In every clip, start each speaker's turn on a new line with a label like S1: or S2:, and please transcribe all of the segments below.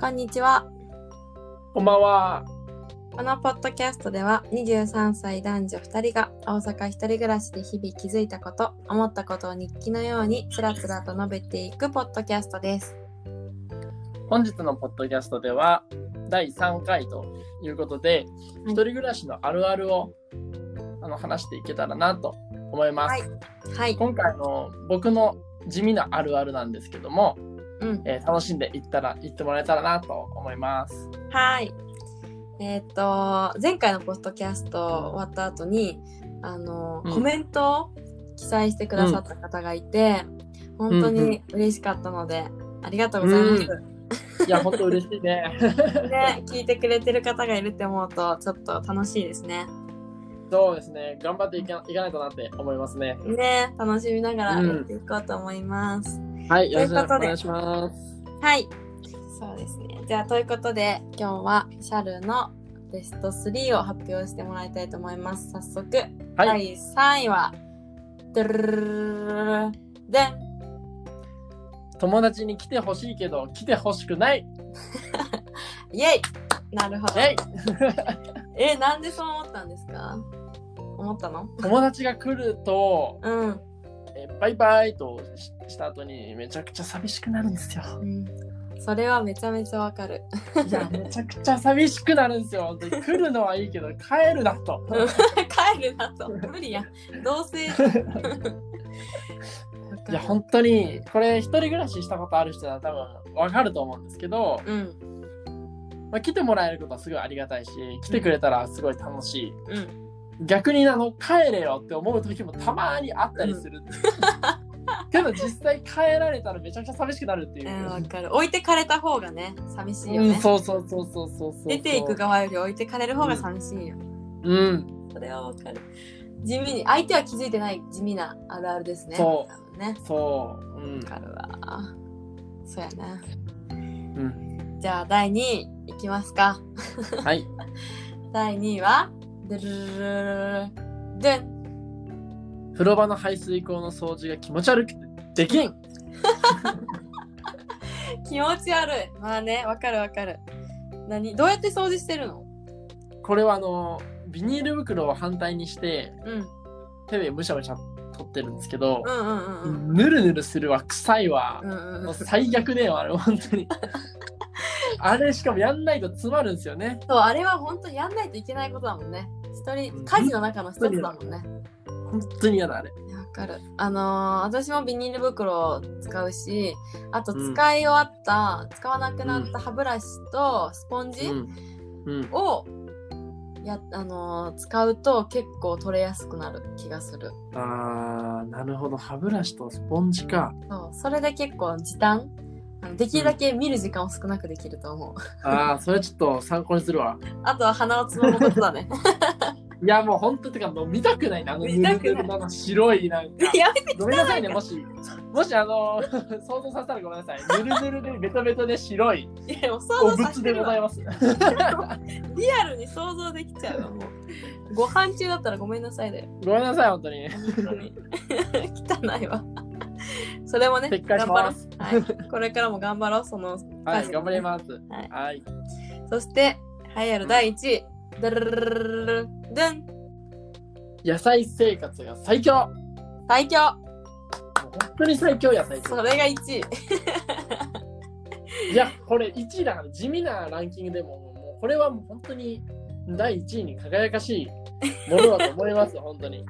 S1: こんにちは。
S2: こんばんは。
S1: このポッドキャストでは23歳男女2人が大阪一人暮らしで日々気づいたこと、思ったことを日記のようにつらつらと述べていくポッドキャストです。
S2: 本日のポッドキャストでは第3回ということで、一人暮らしのあるあるをあの話していけたらなと思います。
S1: はいはい。
S2: 今回の僕の地味なあるあるなんですけども、
S1: うん。
S2: えー楽しんでいったら行ってもらえたらなと思います。
S1: はい。えーっと、前回のポッドキャスト終わった後に、あの、
S2: うん
S1: コメントを記載してくださった方がいて、本当に嬉しかったので、ありがとうございます。
S2: いや、本当嬉しいね。
S1: ね、聞いてくれてる方がいるって思うとちょっと楽しいですね。
S2: そうですね。頑張っていかいかないとなって思いますね。
S1: ね、楽しみながらやっていこうと思います。
S2: はい、
S1: と
S2: よ
S1: い
S2: ろ
S1: うこ
S2: しくお
S1: とで
S2: 願いします。
S1: はい、そうですね。じゃあということで今日はシャルのベスト3を発表してもらいたいと思います。早速、
S2: は
S1: 第
S2: い、
S1: 3位は、ドゥルルルルルルルでん
S2: 友達に来てほしいけど、来てほしくない。
S1: イエイなるほど。
S2: えい
S1: え、なんでそう思ったんですか思ったの
S2: 友達が来ると、
S1: うん。
S2: えーバイバイとしした後にめちゃくちゃ寂しくなるんですよ。
S1: うん、それはめちゃめちゃわかる。
S2: いや、めちゃくちゃ寂しくなるんですよ。本当に来るのはいいけど、帰るなと。
S1: 帰るなと無理や同棲
S2: いや、本当に、これ、一人暮らししたことある人は多分わかると思うんですけど、
S1: うん
S2: まあ、来てもらえることはすごいありがたいし、来てくれたらすごい楽しい。
S1: うん
S2: 逆に、あの、帰れよって思う時もたまにあったりする。けど、実際帰られたらめちゃくちゃ寂しくなるっていう。
S1: うんわかる置いてかれた方がね寂しいよ
S2: うん、
S1: ね、
S2: そうそうそうそうそうそう。
S1: 出ていく。側より置いてかれる方が寂しいよ、
S2: うん。
S1: それはわかる地味に相手は気づいてない地味なあるあるですね
S2: そう
S1: 多分ね
S2: そう。うん
S1: わ。かるわそうやな
S2: うん、
S1: じゃあ第2位いきますか
S2: はい。
S1: 第2位はでるるるるるるん
S2: 風呂場の排水口の掃除が気持ち悪くてできん
S1: 気持ち悪いまあねわかるわかる何どうやって掃除してるの
S2: これはあのビニール袋を反対にして
S1: うん
S2: 手でむしゃむしゃ取ってるんですけど
S1: う、んうんうんうん
S2: ぬるぬるするわ臭いわ
S1: う、んうん
S2: も
S1: う、
S2: うん
S1: そう
S2: 最悪だよあれ本当 にあれしかもやんないと詰まるんですよね
S1: あれは本当にやんないといけないことだもんね一人家事の中の一つだもんね
S2: 本当に嫌だあれ
S1: わかるあのー私もビニール袋を使うしあと使い終わった、使わなくなった歯ブラシとスポンジ
S2: うんうん
S1: をや、あのー使うと結構取れやすくなる気がする
S2: あーなるほど歯ブラシとスポンジか
S1: そうそれで結構時短あのできるだけ見る時間を少なくできると思う
S2: あーそれちょっと参考にするわ
S1: あとは鼻をつまむことだ ね
S2: いやもう本当てかもう見たくないなあの
S1: 見たくない
S2: の白いなんか
S1: やめて
S2: ごめんなさいね、もし、もしあの、 想像させたらごめんなさい。ぬるぬるで、ベトベトで白い、
S1: いやもう
S2: お
S1: 想像させて
S2: 仏で
S1: るわ
S2: ございます。
S1: リアルに想像できちゃうわもう。ご飯中だったらごめんなさいだよ。
S2: ごめんなさい、本当に。
S1: 本当に汚いわ。それもね、
S2: 撤回し
S1: ろ
S2: ま
S1: う
S2: す。
S1: はい。これからも頑張ろう、その。
S2: はい、頑張ります。
S1: はい
S2: はい。
S1: そして、栄えある第1位。ドゥルルルルルルルドゥン
S2: 野菜生活が最強。も
S1: 最強
S2: う本当に最強、野菜生
S1: そ
S2: 活。
S1: れが1位。
S2: いや、これ1位だから、地味なランキングでも、もうこれはもう本当に第1位に輝かしいものだと思います、本当に。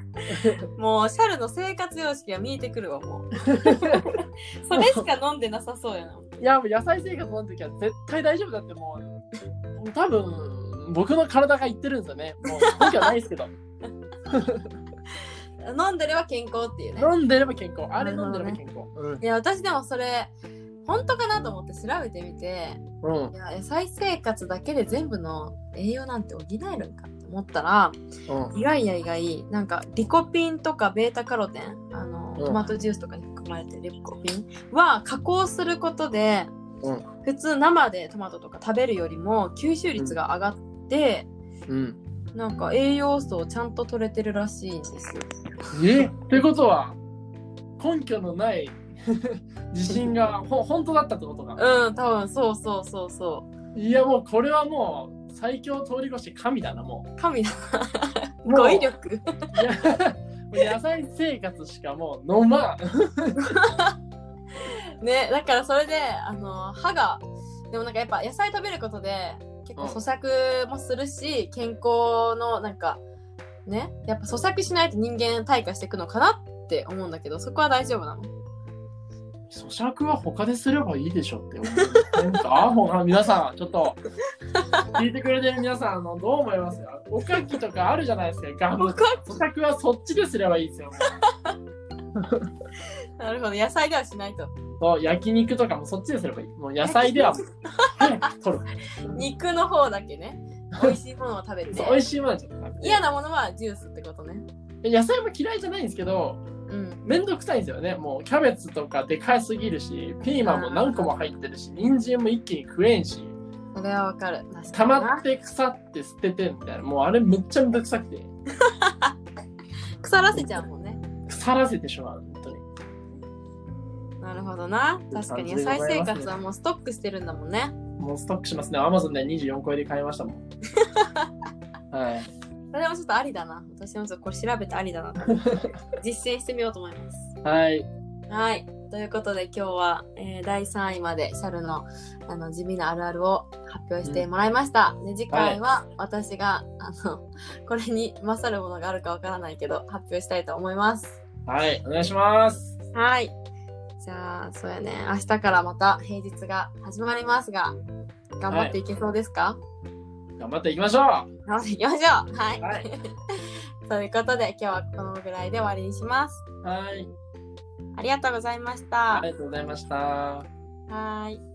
S1: もう、シャルの生活様式が見えてくるわ、もう。それしか飲んでなさそうやな。
S2: いや、もう野菜生活の時は絶対大丈夫だって、もう、多分、僕の体が言ってるんですよね。もう、僕はないですけど。
S1: 飲んでれば健康っていうね。
S2: 飲んでれば健康。あれ飲んでれば健康。
S1: いや、私でもそれ、本当かなと思って調べてみて、
S2: うん。うん
S1: い。や野菜生活だけで全部の栄養なんて補えるんかって思ったら
S2: うん。
S1: 意外や意外なんかリコピンとかベータカロテンあの
S2: うん
S1: トマトジュースとかに含まれてるリコピンは加工することで、
S2: うん
S1: 普通生でトマトとか食べるよりも吸収率が上がって、
S2: うん。
S1: なんか栄養素をちゃんと取れてるらしいんですよ。
S2: えってことは、根拠のない 自信がほ本当だったってことか。
S1: うん、多分そうそうそうそう。
S2: いやもうこれはもう最強通り越し神だなも
S1: 神だ。
S2: う。もう
S1: 語彙力。
S2: いやもう野菜生活しかもう飲まん。
S1: ね、だからそれで、あの、歯が、でもなんかやっぱ野菜食べることで、結構咀嚼もするし、健康のなんか、ね、やっぱ咀嚼しないと人間退化していくのかなって思うんだけど、そこは大丈夫なの
S2: 咀嚼は他ですればいいでしょって思う。なんかアホな皆さんちょっと聞いてくれてる皆さんあのどう思いますかおかきとかあるじゃないですかガム
S1: 僕は
S2: 咀嚼はそっちですればいいですよ。
S1: なるほど、野菜ではしないと。
S2: そう焼肉とかもそっちですればいい。もう野菜ではもう早く取る。
S1: 肉の方だけね、美味しいものを食べて
S2: そう。美味しいものはちょっと食べて
S1: 嫌なものはジュースってことね。
S2: 野菜も嫌いじゃないんですけど
S1: うん。
S2: めんどくさいんですよねもうキャベツとかでかすぎるしピーマンも何個も入ってるし人参も一気に食えんし
S1: それはわかる。確かにな
S2: 溜まって腐って捨ててみたいなもうあれめっちゃめんどくさくて
S1: 腐らせちゃうもんね。
S2: 腐らせてしまう本当に
S1: なるほどな。確かに野菜生活はもうストックしてるんだもんね。
S2: もうストックしますねアマゾンで24個入り買いましたもんはい
S1: それもちょっとありだな。私もちょっとこれ調べてありだなと思って。実践してみようと思います。
S2: はい
S1: はい。ということで今日は、えー第3位までシャルのあの地味なあるあるを発表してもらいました。で次回は私が、あのこれに勝るものがあるかわからないけど発表したいと思います。
S2: はいお願いします
S1: はい。じゃあそうやね明日からまた平日が始まりますが頑張っていけそうですか、
S2: 頑張っていきましょうは
S1: 頑張っていきましょうはい、
S2: はい
S1: ということで今日はこのぐらいで終わりにします
S2: い
S1: ありがとうございまし
S2: あ
S1: た
S2: りがとうございました
S1: はーい